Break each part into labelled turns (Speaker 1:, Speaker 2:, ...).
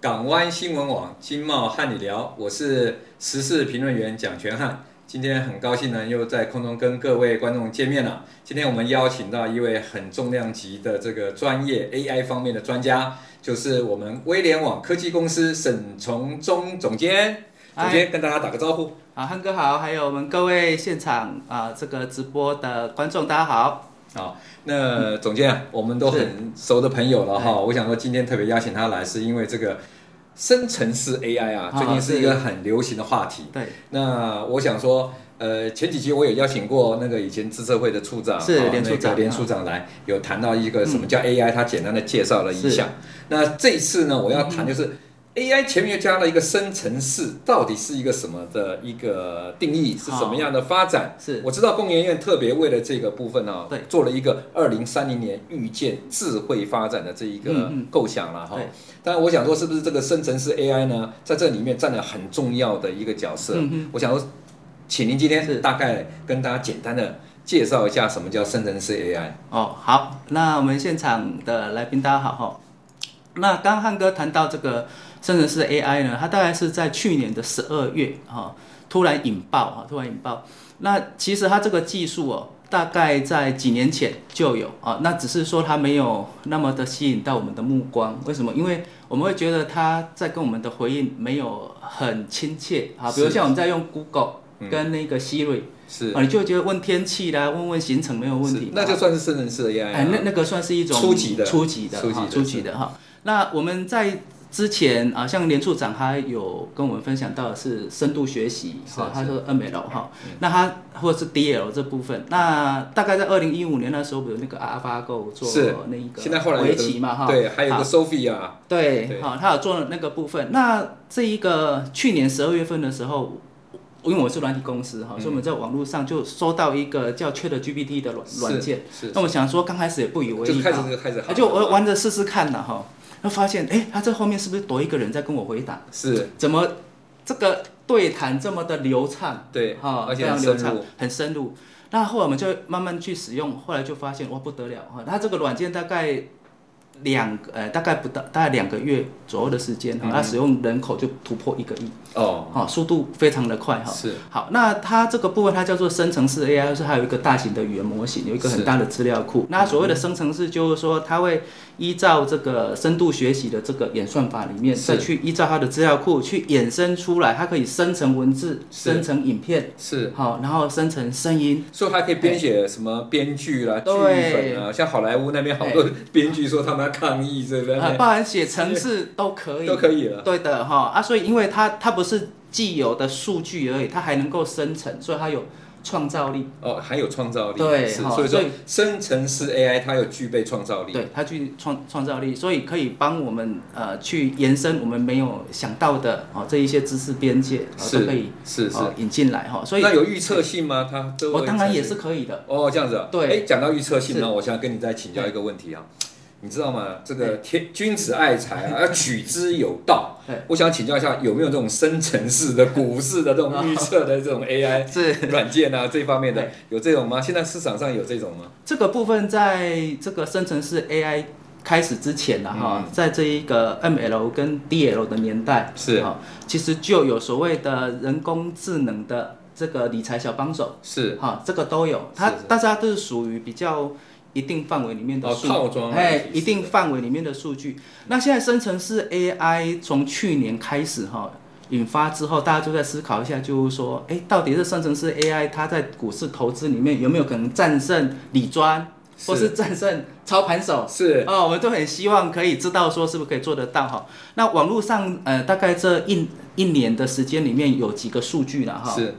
Speaker 1: 港湾新闻网金茂和你聊，我是时事评论员蒋全汉。今天很高兴呢，又在空中跟各位观众见面了。今天我们邀请到一位很重量级的这个专业 AI 方面的专家，就是我们威联网科技公司沈从忠总监。总监跟大家打个招呼。
Speaker 2: 啊，汉哥好，还有我们各位现场啊、这个直播的观众，大家好。
Speaker 1: 好，那总监啊，我们都很熟的朋友了哈。
Speaker 2: 哎
Speaker 1: 我想说，今天特别邀请他来，是因为这个生成式 AI 啊，
Speaker 2: 啊
Speaker 1: 最近是一
Speaker 2: 对
Speaker 1: 个很流行的话题。
Speaker 2: 对，
Speaker 1: 那我想说，呃，前几集我有邀请过那个以前资社会的处长，
Speaker 2: 是
Speaker 1: 啊
Speaker 2: 连处长嗯
Speaker 1: 那个连处长来，有谈到一个什么叫 AI，、他简单的介绍了一下。那这一次呢，我要谈就是。AI 前面又加了一个生成式，到底是一个什么的一个定义，是
Speaker 2: 好
Speaker 1: 什么样的发展？
Speaker 2: 是
Speaker 1: 我知道工研院特别为了这个部分啊，
Speaker 2: 对
Speaker 1: 做了一个二零三零年预见智慧发展的这一个
Speaker 2: 嗯嗯
Speaker 1: 构想了哈。
Speaker 2: 对
Speaker 1: 当然，我想说，是不是这个生成式 AI 呢，在这里面占了很重要的一个角色？
Speaker 2: 嗯哼
Speaker 1: 我想说，请您今天
Speaker 2: 是
Speaker 1: 大概跟大家简单的介绍一下什么叫生成式 AI。
Speaker 2: 哦，好，那我们现场的来宾大家好哈、那刚刚汉哥谈到这个生成式 AI 呢，它大概是在去年的十二月哈、哦突然引爆哈、哦突然引爆。那其实它这个技术哦，大概在几年前就有啊、那只是说它没有那么的吸引到我们的目光。为什么？因为我们会觉得它在跟我们的回应没有很亲切啊。比如
Speaker 1: 是嗯
Speaker 2: 像我们在用 Google 跟那个 Siri，、
Speaker 1: 是
Speaker 2: 啊，你就会觉得问天气啦，问问行程没有问
Speaker 1: 是
Speaker 2: 题，，
Speaker 1: 那就算是生成式 AI 啊、
Speaker 2: 哎，那那个算是一种
Speaker 1: 初级的
Speaker 2: 初级的、
Speaker 1: 初级的
Speaker 2: 哈初级的哈。那我们在之前啊，像连处长他有跟我们分享到的是深度学习，
Speaker 1: 是
Speaker 2: 哈，他
Speaker 1: 是嗯
Speaker 2: 说 ML 哈，那他或者是 DL 这部分，那大概在二零一五年那时候，比如那个 AlphaGo 做
Speaker 1: 是
Speaker 2: 那一个
Speaker 1: 现在后来有
Speaker 2: 围
Speaker 1: 个
Speaker 2: 棋嘛哈，
Speaker 1: 对，还有一
Speaker 2: 好
Speaker 1: 个 Sophie 啊，对
Speaker 2: 对，好、他有做了那个部分。那这一个去年十二月份的时候，因为我是软体公司哈，所以我们在网络上就收到一个叫 Chat GPT 的
Speaker 1: 嗯
Speaker 2: 软
Speaker 1: 是
Speaker 2: 软件。
Speaker 1: 是
Speaker 2: 那我想说，刚开始也不以为
Speaker 1: 就
Speaker 2: 意
Speaker 1: 开始
Speaker 2: 啊，
Speaker 1: 就开始好了，
Speaker 2: 啊就我玩着试试看了哈，那发现哎，他这后面是不是多一个人在跟我回答？
Speaker 1: 是
Speaker 2: 怎么这个对谈这么的流畅？
Speaker 1: 对
Speaker 2: 哈、
Speaker 1: 而且
Speaker 2: 非常
Speaker 1: 很
Speaker 2: 流
Speaker 1: 深入
Speaker 2: 畅，很深入。那后来我们就慢慢去使用，后来就发现哇不得了哈，它这个软件大概两呃大概不到大概两个月左右的时间，哈它使用人口就突破一个亿，
Speaker 1: 嗯哦，
Speaker 2: 哈、速度非常的快哈。
Speaker 1: 是
Speaker 2: 好，那它这个部分它叫做生成式 AI，就是它有一个大型的语言模型，有一个
Speaker 1: 是
Speaker 2: 很大的资料库。那所谓的生成式，就是说它会依照这个深度学习的这个演算法里面，
Speaker 1: 是
Speaker 2: 再去依照它的资料库去衍生出来，它可以生成文字、
Speaker 1: 是
Speaker 2: 生成影片，
Speaker 1: 是。
Speaker 2: 好，然后生成声音。
Speaker 1: 所以还可以编写什么编剧啦、剧
Speaker 2: 对
Speaker 1: 本啊，像好莱坞那边好多编剧说他们要抗议，对不
Speaker 2: 呃，
Speaker 1: 对？
Speaker 2: 包含写程式都可以，
Speaker 1: 都可以了
Speaker 2: 对的哈啊，所以因为它它不是既有的数据而已，它还能够生成，所以它有创造力。
Speaker 1: 哦，还有创造力，
Speaker 2: 对
Speaker 1: 是，
Speaker 2: 哈
Speaker 1: 所以说
Speaker 2: 所以
Speaker 1: 生成式 AI 它有具备创造力，
Speaker 2: 对，它去创创造力，所以可以帮我们呃去延伸我们没有想到的哦这一些知识边界，哦、
Speaker 1: 是
Speaker 2: 都可以
Speaker 1: 是是
Speaker 2: 哦、引进来哈、哦所以
Speaker 1: 那有预测性吗？它都
Speaker 2: 我
Speaker 1: 会
Speaker 2: 当然也
Speaker 1: 产
Speaker 2: 是可以的
Speaker 1: 生哦，这样子啊。
Speaker 2: 对
Speaker 1: 哎，讲到预测性呢，
Speaker 2: 是
Speaker 1: 我想跟你再请教一个问题啊，你知道吗？这个天君子爱财 啊，要取之有道
Speaker 2: 对。
Speaker 1: 我想请教一下，有没有这种生成式的、股市的这种预测的这种 AI
Speaker 2: 是
Speaker 1: 软件啊这方面的，有这种吗？现在市场上有这种吗？
Speaker 2: 这个部分在这个生成式 AI 开始之前
Speaker 1: 嗯
Speaker 2: 呢、哈、在这一个 ML 跟 DL 的年代
Speaker 1: 是
Speaker 2: 哦，其实就有所谓的人工智能的这个理财小帮手。
Speaker 1: 是
Speaker 2: 哈，这个都有，它
Speaker 1: 是是
Speaker 2: 但是它都是属于比较一定范围里面的
Speaker 1: 哦
Speaker 2: 数，
Speaker 1: 套装来提
Speaker 2: 哎
Speaker 1: 示，的
Speaker 2: 一定范围里面的数据。那现在生成式 AI 从去年开始哈。引发之后，大家就在思考一下，就是说，哎，到底是生成式 AI 它在股市投资里面有没有可能战胜理专，
Speaker 1: 是
Speaker 2: 或是战胜操盘手？
Speaker 1: 是
Speaker 2: 哦，我们都很希望可以知道说是不是可以做得到哈。那网络上呃，大概这一一年的时间里面有几个数据了哈。
Speaker 1: 是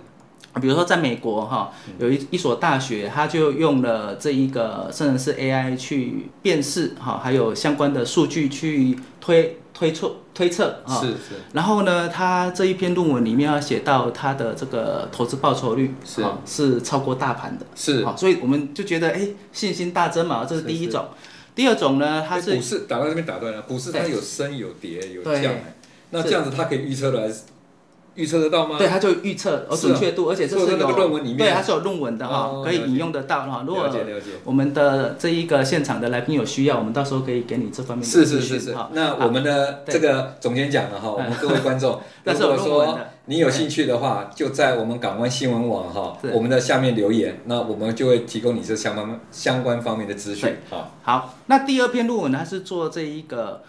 Speaker 2: 比如说，在美国哈，
Speaker 1: 嗯
Speaker 2: 有一一所大学，它就用了这一个生成式 AI 去辨识哈，还有相关的数据去推推测推测哈。
Speaker 1: 是是
Speaker 2: 然后呢，它这一篇论文里面要写到它的这个投资报酬率
Speaker 1: 是
Speaker 2: 哈是超过大盘的，
Speaker 1: 是
Speaker 2: 好，所以我们就觉得哎信心大增嘛，这是第一种。第二种呢，它
Speaker 1: 哎
Speaker 2: 是
Speaker 1: 股市打到这边打断了，股市它
Speaker 2: 对
Speaker 1: 有升有跌有
Speaker 2: 对
Speaker 1: 降，哎那
Speaker 2: 是
Speaker 1: 这样子它可以预测来预测得到吗？
Speaker 2: 对，他就预测有
Speaker 1: 是啊
Speaker 2: 准确度，而且这
Speaker 1: 所以
Speaker 2: 是
Speaker 1: 那个
Speaker 2: 有
Speaker 1: 论文里面
Speaker 2: 对，它是有论文的哈
Speaker 1: 哦，
Speaker 2: 可以
Speaker 1: 了解
Speaker 2: 引用得到哈。如果
Speaker 1: 了解了解。
Speaker 2: 我们的这一个现场的来宾有需要，我们到时候可以给你这方面的
Speaker 1: 是是
Speaker 2: 资讯
Speaker 1: 是是
Speaker 2: 哈。，
Speaker 1: 那我们的
Speaker 2: 对
Speaker 1: 这个总监讲 了哈，我们各位观众，
Speaker 2: 那
Speaker 1: 如
Speaker 2: 是有
Speaker 1: 果
Speaker 2: 论文
Speaker 1: 说
Speaker 2: 的
Speaker 1: 你有兴趣的话，就在我们港湾新闻网哈
Speaker 2: 是，
Speaker 1: 我们的下面留言，那我们就会提供你这相关相关方面的资讯。好，
Speaker 2: 好，那第二篇论文呢，它是做这一个，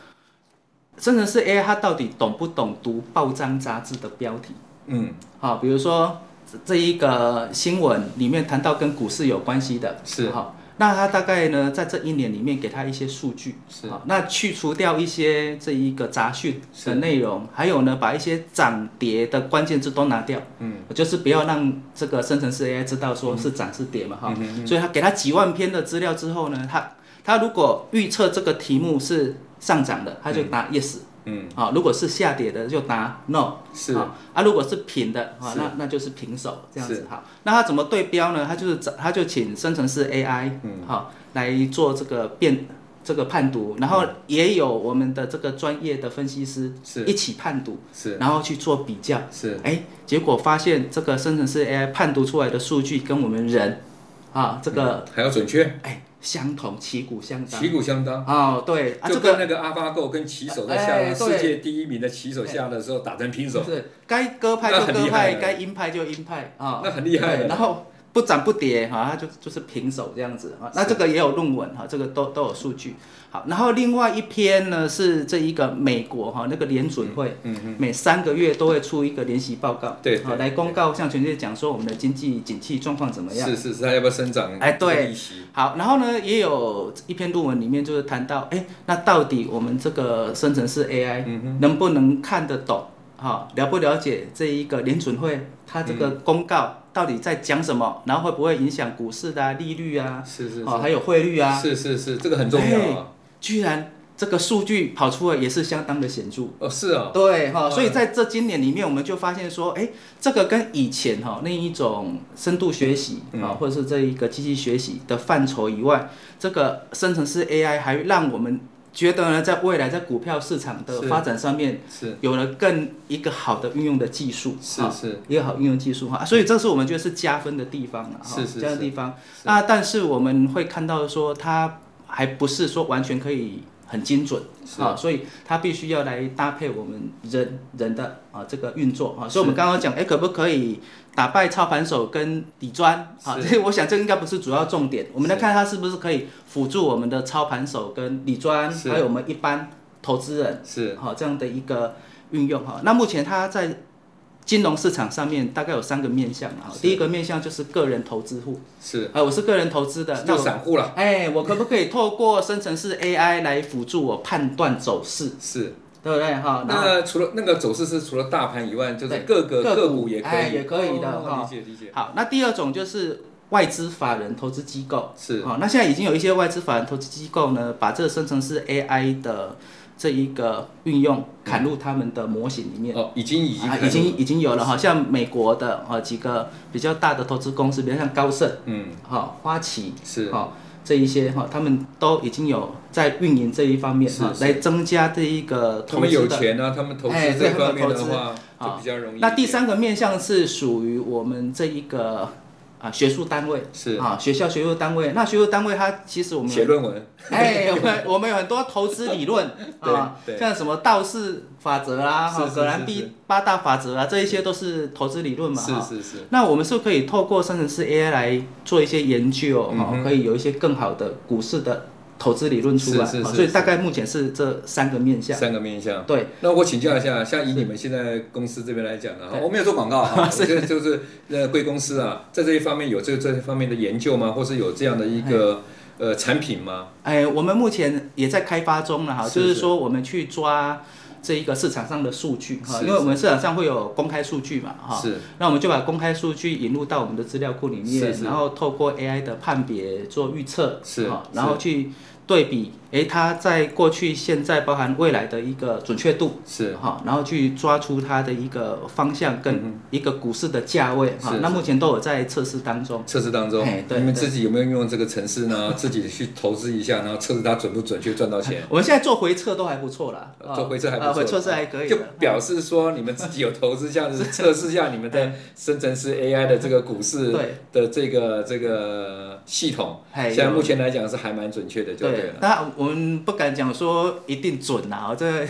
Speaker 2: 真的是 AI 它到底懂不懂读报章杂志的标题？
Speaker 1: 嗯，
Speaker 2: 好，比如说这这一个新闻里面谈到跟股市有关系的，
Speaker 1: 是
Speaker 2: 好。那它大概呢，在这一年里面给它一些数据，
Speaker 1: 是
Speaker 2: 好，那去除掉一些这一个杂讯
Speaker 1: 是
Speaker 2: 的内容，还有呢，把一些涨跌的关键字都拿掉，
Speaker 1: 嗯，
Speaker 2: 就是不要让这个生成式 AI 知道说是涨是跌嘛，哈、
Speaker 1: 嗯哼
Speaker 2: 所以他给他几万篇的资料之后呢，他他如果预测这个题目是上涨的，他就答 yes，
Speaker 1: 嗯，
Speaker 2: 啊、如果是下跌的就答 no，
Speaker 1: 是
Speaker 2: 啊，啊如果是平的啊，
Speaker 1: 是
Speaker 2: 那那就是平手这样
Speaker 1: 是
Speaker 2: 子好。那他怎么对标呢？他就是找他就请生成式 AI
Speaker 1: 嗯
Speaker 2: 好、来做这个辨这个判读，然后也有我们的这个专业的分析师
Speaker 1: 嗯是
Speaker 2: 一起判读，
Speaker 1: 是
Speaker 2: 然后去做比较。
Speaker 1: 是，
Speaker 2: 哎，结果发现这个生成式 AI 判读出来的数据跟我们人啊这个
Speaker 1: 还要准确，
Speaker 2: 哎相同，旗鼓相当。
Speaker 1: 旗鼓相当。
Speaker 2: 哦，对啊，
Speaker 1: 就
Speaker 2: 这
Speaker 1: 跟
Speaker 2: 个
Speaker 1: 那个阿巴狗跟骑手在
Speaker 2: 哎
Speaker 1: 下
Speaker 2: 对哎
Speaker 1: 世界第一名的骑手下的时候打成平手，
Speaker 2: 是该鸽派
Speaker 1: 那
Speaker 2: 就
Speaker 1: 很
Speaker 2: 鸽
Speaker 1: 厉害
Speaker 2: 派，
Speaker 1: 了
Speaker 2: 该鹰派就鹰派啊。
Speaker 1: 那很厉害
Speaker 2: 对
Speaker 1: 了。
Speaker 2: 然后不涨不跌，哈、它就就是平手这样子啊。那这个也有论文哈、这个都都有数据。好，然后另外一篇呢是这一个美国哈、那个联准会，
Speaker 1: 嗯
Speaker 2: 每三个月都会出一个联席报告，
Speaker 1: 对
Speaker 2: 好、
Speaker 1: 对
Speaker 2: 来
Speaker 1: 对
Speaker 2: 公告向全世界讲说我们的经济景气状况怎么样。
Speaker 1: 是是是，他要不要生长？
Speaker 2: 哎对
Speaker 1: 利息
Speaker 2: 好，然后呢，也有一篇论文里面就是谈到，哎，那到底我们这个生成式 AI
Speaker 1: 嗯
Speaker 2: 能不能看得懂？哈、了不了解这一个联准会它这
Speaker 1: 嗯
Speaker 2: 个公告到底在讲什么？然后会不会影响股市的、啊、利率啊？
Speaker 1: 是是
Speaker 2: 哦，还有汇率啊？
Speaker 1: 是是是，这个很重要啊。
Speaker 2: 居然这个数据跑出来也是相当的显著。
Speaker 1: 哦，是啊，
Speaker 2: 对哈、
Speaker 1: 嗯
Speaker 2: 所以在这今年里面，我们就发现说，哎，这个跟以前哈、那一种深度学习啊、
Speaker 1: 嗯
Speaker 2: 或者是这一个机器学习的范畴以外，这个生成式 AI 还让我们觉得呢，在未来在股票市场的
Speaker 1: 是
Speaker 2: 发展上面，
Speaker 1: 是
Speaker 2: 有了更一个好的运用的技术，
Speaker 1: 是
Speaker 2: 啊
Speaker 1: 是
Speaker 2: 一个好运用技术哈、啊所以这是我们觉得是加分的地方了哈、
Speaker 1: 是是
Speaker 2: 加分
Speaker 1: 是
Speaker 2: 的地方。那但是我们会看到说，它还不是说完全可以很精准
Speaker 1: 是
Speaker 2: 啊，所以它必须要来搭配我们人人的啊这个运作啊。所以我们刚刚讲，哎，可不可以打败操盘手跟底砖啊？
Speaker 1: 是
Speaker 2: 这个我想这应该不是主要重点，我们来看它是不是可以辅助我们的操盘手跟底砖，
Speaker 1: 是
Speaker 2: 还有我们一般投资人。
Speaker 1: 是
Speaker 2: 好这样的一个运用哈。那目前它在金融市场上面大概有三个面向啊。
Speaker 1: 是
Speaker 2: 第一个面向就是个人投资户，
Speaker 1: 是，
Speaker 2: 呃，我是个人投资的，那
Speaker 1: 就
Speaker 2: 我
Speaker 1: 散户了。
Speaker 2: 哎，我可不可以透过生成式 AI 来辅助我判断走势，
Speaker 1: 是，
Speaker 2: 对不对哈？然后
Speaker 1: 那除了那个走势是除了大盘以外，就是
Speaker 2: 对
Speaker 1: 各个
Speaker 2: 个
Speaker 1: 个
Speaker 2: 股
Speaker 1: 股也可
Speaker 2: 哎
Speaker 1: 以，
Speaker 2: 也可以的
Speaker 1: 哦
Speaker 2: 哈
Speaker 1: 理解理解。
Speaker 2: 好，那第二种就是外资法人投资机构，
Speaker 1: 是
Speaker 2: 好、那现在已经有一些外资法人投资机构呢，把这个生成式 AI 的这一个运用砍入他们的模型里面。
Speaker 1: 哦，已经已经
Speaker 2: 啊，
Speaker 1: 开始
Speaker 2: 已经
Speaker 1: 了
Speaker 2: 已经有了，好像美国的呃几个比较大的投资公司，比如像高盛、
Speaker 1: 嗯
Speaker 2: 哈、花旗、
Speaker 1: 是
Speaker 2: 哈、这一些哈、他们都已经有在运营这一方面
Speaker 1: 是
Speaker 2: 哈、
Speaker 1: 是
Speaker 2: 来增加这一个
Speaker 1: 他
Speaker 2: 投
Speaker 1: 们有
Speaker 2: 资的。
Speaker 1: 钱啊，他们投资
Speaker 2: 哎对
Speaker 1: 这
Speaker 2: 他们
Speaker 1: 方面
Speaker 2: 投
Speaker 1: 的
Speaker 2: 资
Speaker 1: 话就
Speaker 2: 好
Speaker 1: 比较容易一点。
Speaker 2: 那第三个面向是属于我们这一个啊学术单位
Speaker 1: 是
Speaker 2: 啊学校学术单位，那学术单位它其实我们有
Speaker 1: 写论文，
Speaker 2: 哎，我们 我们有很多投资理 论
Speaker 1: 对
Speaker 2: 啊
Speaker 1: 对，
Speaker 2: 像什么道氏法则啊，
Speaker 1: 是
Speaker 2: 哈
Speaker 1: 是
Speaker 2: 葛兰
Speaker 1: 是是
Speaker 2: 碧八大法则啊，这一些都是投资理论嘛，
Speaker 1: 是
Speaker 2: 哈。
Speaker 1: 是是
Speaker 2: 那我们是不是可以透过生成式 AI 来做一些研究，
Speaker 1: 嗯
Speaker 2: 哈、
Speaker 1: 哼
Speaker 2: 可以有一些更好的股市的投资理论出来。
Speaker 1: 是是
Speaker 2: 哈
Speaker 1: 是
Speaker 2: 所以大概目前是这三个面向。
Speaker 1: 三个面向。
Speaker 2: 对，
Speaker 1: 那我请教一下，像以你们现在公司这边来讲呢，哈
Speaker 2: 对
Speaker 1: 我没有做广告 哈，我觉得就是呃，贵公司啊，在这一方面有这这方面的研究吗？或是有这样的一个呃产品吗？
Speaker 2: 哎，我们目前也在开发中了哈，
Speaker 1: 是
Speaker 2: 就是
Speaker 1: 是
Speaker 2: 说我们去抓这一个市场上的数据哈，
Speaker 1: 是
Speaker 2: 因为我们市场上会有公开数据嘛哈，
Speaker 1: 是
Speaker 2: 那我们就把公开数据引入到我们的资料库里面，
Speaker 1: 是是
Speaker 2: 然后透过 AI 的判别做预测，
Speaker 1: 是
Speaker 2: 哈
Speaker 1: 是
Speaker 2: 然后去对比，诶，它在过去、现在，包含未来的一个准确度，
Speaker 1: 是嗯
Speaker 2: 哈，然后去抓出它的一个方向跟一个股市的价位哈
Speaker 1: 是。
Speaker 2: 那目前都有在测试当中。
Speaker 1: 测试当中
Speaker 2: 嘿，对
Speaker 1: 你们
Speaker 2: 对
Speaker 1: 自己有没有运用这个程式呢？ 自己去投资一下，然后测试它准不准确，赚到钱。
Speaker 2: 我们现在做回测都还不错啦，啊
Speaker 1: 呃做回测还不
Speaker 2: 啊
Speaker 1: 错，
Speaker 2: 回测是还可以的
Speaker 1: 就。表示说你们自己有投资，这样子测试一下你们 的生成式 AI 的这个股市
Speaker 2: 对
Speaker 1: 的这个这个系统，
Speaker 2: 嘿
Speaker 1: 现在目前来讲是还蛮准确的，就对
Speaker 2: 对，
Speaker 1: 了。
Speaker 2: 那我们不敢讲说一定准啊，这个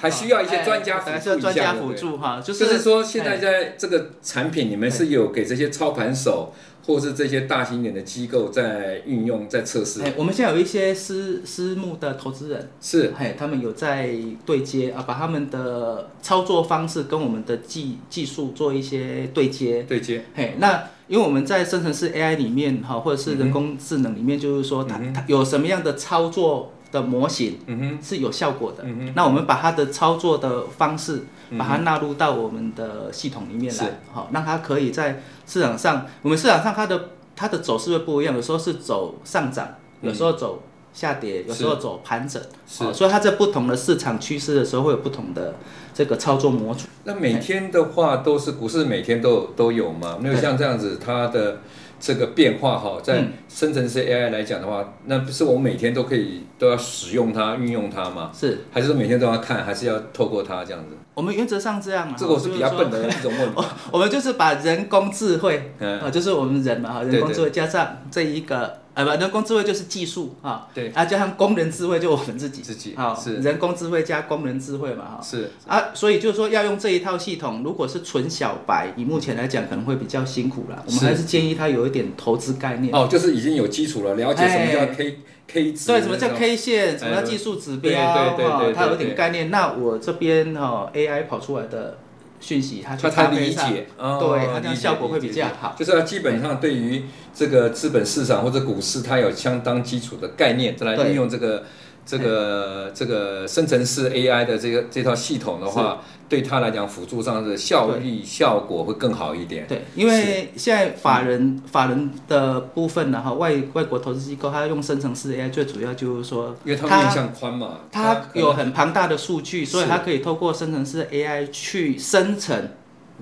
Speaker 1: 还需要一些专家辅
Speaker 2: 还
Speaker 1: 助
Speaker 2: 哦哎
Speaker 1: 一
Speaker 2: 是要
Speaker 1: 下，
Speaker 2: 专家
Speaker 1: 对不
Speaker 2: 辅
Speaker 1: 对
Speaker 2: 助哈，
Speaker 1: 就是是说，现在在这个产品，你们是有给这些操盘手或是这些大型一点的机构在运用、在测试，
Speaker 2: 哎，我们现在有一些私私募的投资人，
Speaker 1: 是
Speaker 2: 嘿，他们有在对接啊，把他们的操作方式跟我们的技技术做一些对接。
Speaker 1: 对接，
Speaker 2: 嘿，那因为我们在生成式 AI 里面哈，或
Speaker 1: 嗯
Speaker 2: 者是人工智能里面，就是说它、它有什么样的操作的模型
Speaker 1: 嗯哼，嗯
Speaker 2: 是有效果的。那我们把它的操作的方式，把它纳入到我们的系统里面
Speaker 1: 是
Speaker 2: 来，好、让它可以在市场上，我们市场上它的它的走势会不一样，有时候是走上涨，有时候走下跌，有时候走盘整，
Speaker 1: 嗯是
Speaker 2: 好所以它在不同的市场趋势的时候会有不同的这个操作模组。
Speaker 1: 那每天的话都是股市每天都都有嘛？没有
Speaker 2: 对
Speaker 1: 像这样子它的这个变化哈，在
Speaker 2: 嗯
Speaker 1: 生成式 AI 来讲的话，那不是我们每天都可以都要使用它、运用它吗？
Speaker 2: 是
Speaker 1: 还是说每天都要看，还是要透过它这样子？
Speaker 2: 我们原则上这样啊，
Speaker 1: 这个我是
Speaker 2: 就
Speaker 1: 比较
Speaker 2: 说
Speaker 1: 笨的一种问法。
Speaker 2: 我们哦就是把人工智慧，
Speaker 1: 嗯
Speaker 2: 啊，就是我们人嘛，哈，
Speaker 1: 对
Speaker 2: 人工智慧加上这一个，呃，不，人工智慧就是技术啊，
Speaker 1: 对
Speaker 2: 啊，加上工人智慧就我们自己，
Speaker 1: 自己
Speaker 2: 啊，
Speaker 1: 是
Speaker 2: 人工智慧加工人智慧嘛，哈，
Speaker 1: 是
Speaker 2: 啊，所以就是说要用这一套系统，如果是纯小白，以目前来讲可能会比较辛苦啦，我们
Speaker 1: 是
Speaker 2: 还是建议他有一点投资概念，
Speaker 1: 哦，就是已经有基础了，了解什么叫
Speaker 2: 哎
Speaker 1: K K 值，
Speaker 2: 对，什么叫
Speaker 1: 那种
Speaker 2: K 线，什么
Speaker 1: 哎
Speaker 2: 叫
Speaker 1: 对
Speaker 2: 技术指
Speaker 1: 对对
Speaker 2: 标，
Speaker 1: 对
Speaker 2: 哈
Speaker 1: 对对
Speaker 2: 它有一点
Speaker 1: 对
Speaker 2: 概念。那我这边哈 AI 跑出来的讯息，它去
Speaker 1: 他他
Speaker 2: 搭配
Speaker 1: 理
Speaker 2: 上
Speaker 1: 解，哦
Speaker 2: 对，它这样
Speaker 1: 理解
Speaker 2: 效果会
Speaker 1: 理
Speaker 2: 比
Speaker 1: 解
Speaker 2: 较好。
Speaker 1: 就是要基本上对于这个资本市场或者股市，它有相当基础的概念，再来
Speaker 2: 对
Speaker 1: 运用这个这个这个生成式 AI 的这个这套系统的话，对它来讲辅助上的效率效果会更好一点。
Speaker 2: 对，因为现在法人法人的部分呢，哈，外外国投资机构它用生成式 AI，最主要就是说，
Speaker 1: 因为它面向宽嘛，
Speaker 2: 它
Speaker 1: 可能
Speaker 2: 有很庞大的数据，所以
Speaker 1: 是
Speaker 2: 它可以透过生成式 AI 去生成、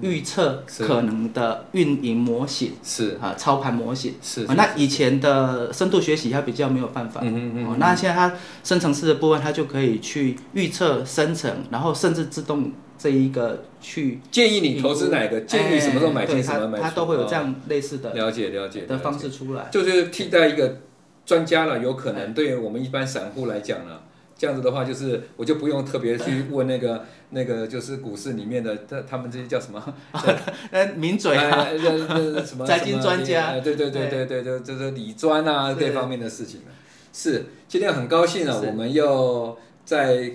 Speaker 2: 预测
Speaker 1: 是
Speaker 2: 可能的运营模型
Speaker 1: 是
Speaker 2: 啊、操盘模型。
Speaker 1: 是
Speaker 2: 啊，那以前的深度学习它比较没有办法，
Speaker 1: 嗯
Speaker 2: 嗯哦，那现在它生成式的部分，它就可以去预测生成，然后甚至自动这一个去
Speaker 1: 建议你投资哪个，建议什么时候买进，
Speaker 2: 哎对
Speaker 1: 什么时候买
Speaker 2: 它
Speaker 1: 出，
Speaker 2: 它都会有这样类似
Speaker 1: 哦
Speaker 2: 的
Speaker 1: 了解了解
Speaker 2: 的
Speaker 1: 了解
Speaker 2: 方式出 来。
Speaker 1: 就是替代一个专家了，有可能对于我们一般散户来讲呢，这样子的话就是我就不用特别去问那个那个就是股市里面的他他们这些叫什么
Speaker 2: 呃，名嘴啊，
Speaker 1: 哎那那那什么
Speaker 2: 财经专家
Speaker 1: 什么哎对对对对对，就就是理专啊
Speaker 2: 是
Speaker 1: 这方面的事情了是，今天很高兴啊，
Speaker 2: 是
Speaker 1: 我们又在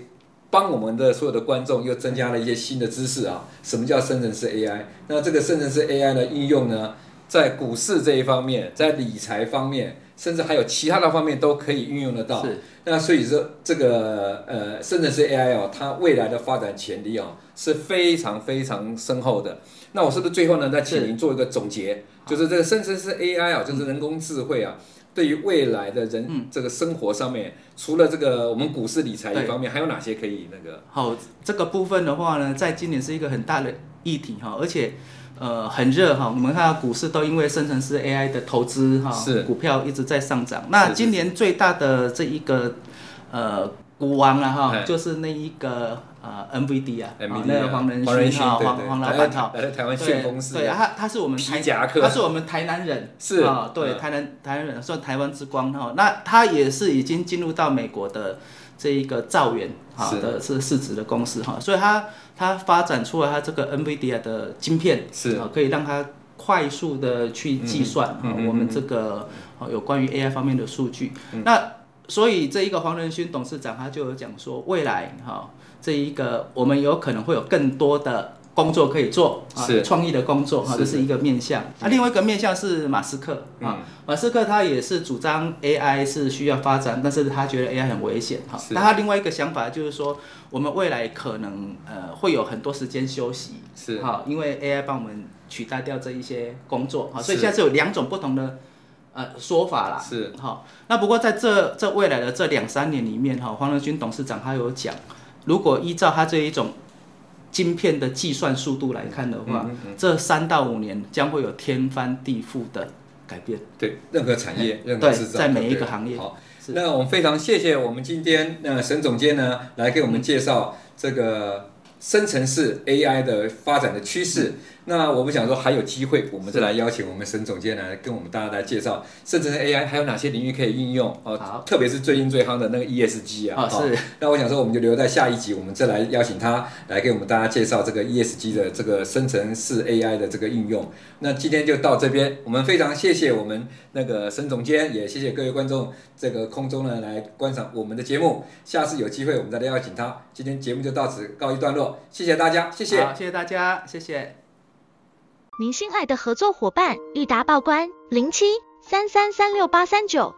Speaker 1: 帮我们的所有的观众又增加了一些新的知识啊。什么叫生成式 AI？那这个生成式 AI 的应用呢，在股市这一方面，在理财方面，甚至还有其他的方面都可以运用得到。
Speaker 2: 是
Speaker 1: 那所以说，这个呃，生成式 AI 哦，它未来的发展潜力哦是非常非常深厚的。那我是不是最后呢，再请
Speaker 2: 是
Speaker 1: 您做一个总结？就是这个生成式 AI 啊，就是人工智慧啊，对于未来的人、这个生活上面，除了这个我们股市理财一
Speaker 2: 嗯对
Speaker 1: 方面，还有哪些可以那个？
Speaker 2: 好，这个部分的话呢，在今年是一个很大的议题哈，而且呃很热哈。我们看到股市都因为生成式 AI 的投资哈，
Speaker 1: 是
Speaker 2: 股票一直在上涨。那
Speaker 1: 是
Speaker 2: 今年最大的这一个呃股王了哈
Speaker 1: 哎，
Speaker 2: 就是那一个呃 NVD 啊，
Speaker 1: NVIDIA
Speaker 2: 哦那个黄仁
Speaker 1: 黄仁勋
Speaker 2: 勋哈，
Speaker 1: 对
Speaker 2: 黄
Speaker 1: 对哎
Speaker 2: 黄老
Speaker 1: 来
Speaker 2: 板
Speaker 1: 到
Speaker 2: 哈。
Speaker 1: 来到台湾
Speaker 2: 对
Speaker 1: 旋风式
Speaker 2: 对，他他是我们
Speaker 1: 皮
Speaker 2: 台
Speaker 1: 夹克
Speaker 2: 他是我们台南人，
Speaker 1: 是
Speaker 2: 啊、对，
Speaker 1: 嗯
Speaker 2: 台南台南人算台湾之光哈、那他也是已经进入到美国的这一个兆元哈、
Speaker 1: 是
Speaker 2: 的是市值的公司哈、所以它它发展出来它这个 NVIDIA 的晶片
Speaker 1: 是
Speaker 2: 啊、可以让它快速的去计算哈、
Speaker 1: 嗯嗯嗯嗯
Speaker 2: 我们这个、啊有关于 AI 方面的数据。那所以这一个黄仁勋董事长他就有讲说，未来哈、这一个我们有可能会有更多的工作可以做啊，
Speaker 1: 是
Speaker 2: 创意的工作哈，
Speaker 1: 是嗯
Speaker 2: 这是一个面向。那、另外一个面向是马斯克啊，马斯克他也是主张 AI 是需要发展，但是他觉得 AI 很危险哈。
Speaker 1: 是
Speaker 2: 那他另外一个想法就是说，我们未来可能呃会有很多时间休息，
Speaker 1: 是
Speaker 2: 哈，因为 AI 帮我们取代掉这一些工作哈，所以
Speaker 1: 是
Speaker 2: 现在是有两种不同的呃说法啦。
Speaker 1: 是
Speaker 2: 好、那不过在这这未来的这两三年里面，哈、黄仁勋董事长他有讲，如果依照他这一种晶片的计算速度来看的话，
Speaker 1: 嗯
Speaker 2: 这三到五年将会有天翻地覆的改变。
Speaker 1: 对，任何产业，任何
Speaker 2: 对
Speaker 1: 制造，
Speaker 2: 在
Speaker 1: 对
Speaker 2: 每一
Speaker 1: 对
Speaker 2: 个行业
Speaker 1: 好，
Speaker 2: 是
Speaker 1: 那我们非常谢谢我们今天呃沈总监呢来给我们介绍这个生成式 AI 的发展的趋
Speaker 2: 嗯
Speaker 1: 势。那我们想说还有机会，我们再来邀请我们沈总监来跟我们大家来介绍生成式 AI 还有哪些领域可以应用哦
Speaker 2: 好，
Speaker 1: 特别是最近最夯的那个 ESG 啊。
Speaker 2: 啊、
Speaker 1: 哦
Speaker 2: 是
Speaker 1: 那我想说，我们就留在下一集，我们再来邀请他来给我们大家介绍这个 ESG 的这个生成式 AI 的这个应用。那今天就到这边，我们非常谢谢我们那个沈总监，也谢谢各位观众这个空中呢来观赏我们的节目。下次有机会我们再来邀请他。今天节目就到此告一段落，谢谢大家，谢谢。
Speaker 2: 好谢谢大家，谢谢。
Speaker 3: 您心爱的合作伙伴，裕达报关零七三三三六八三九。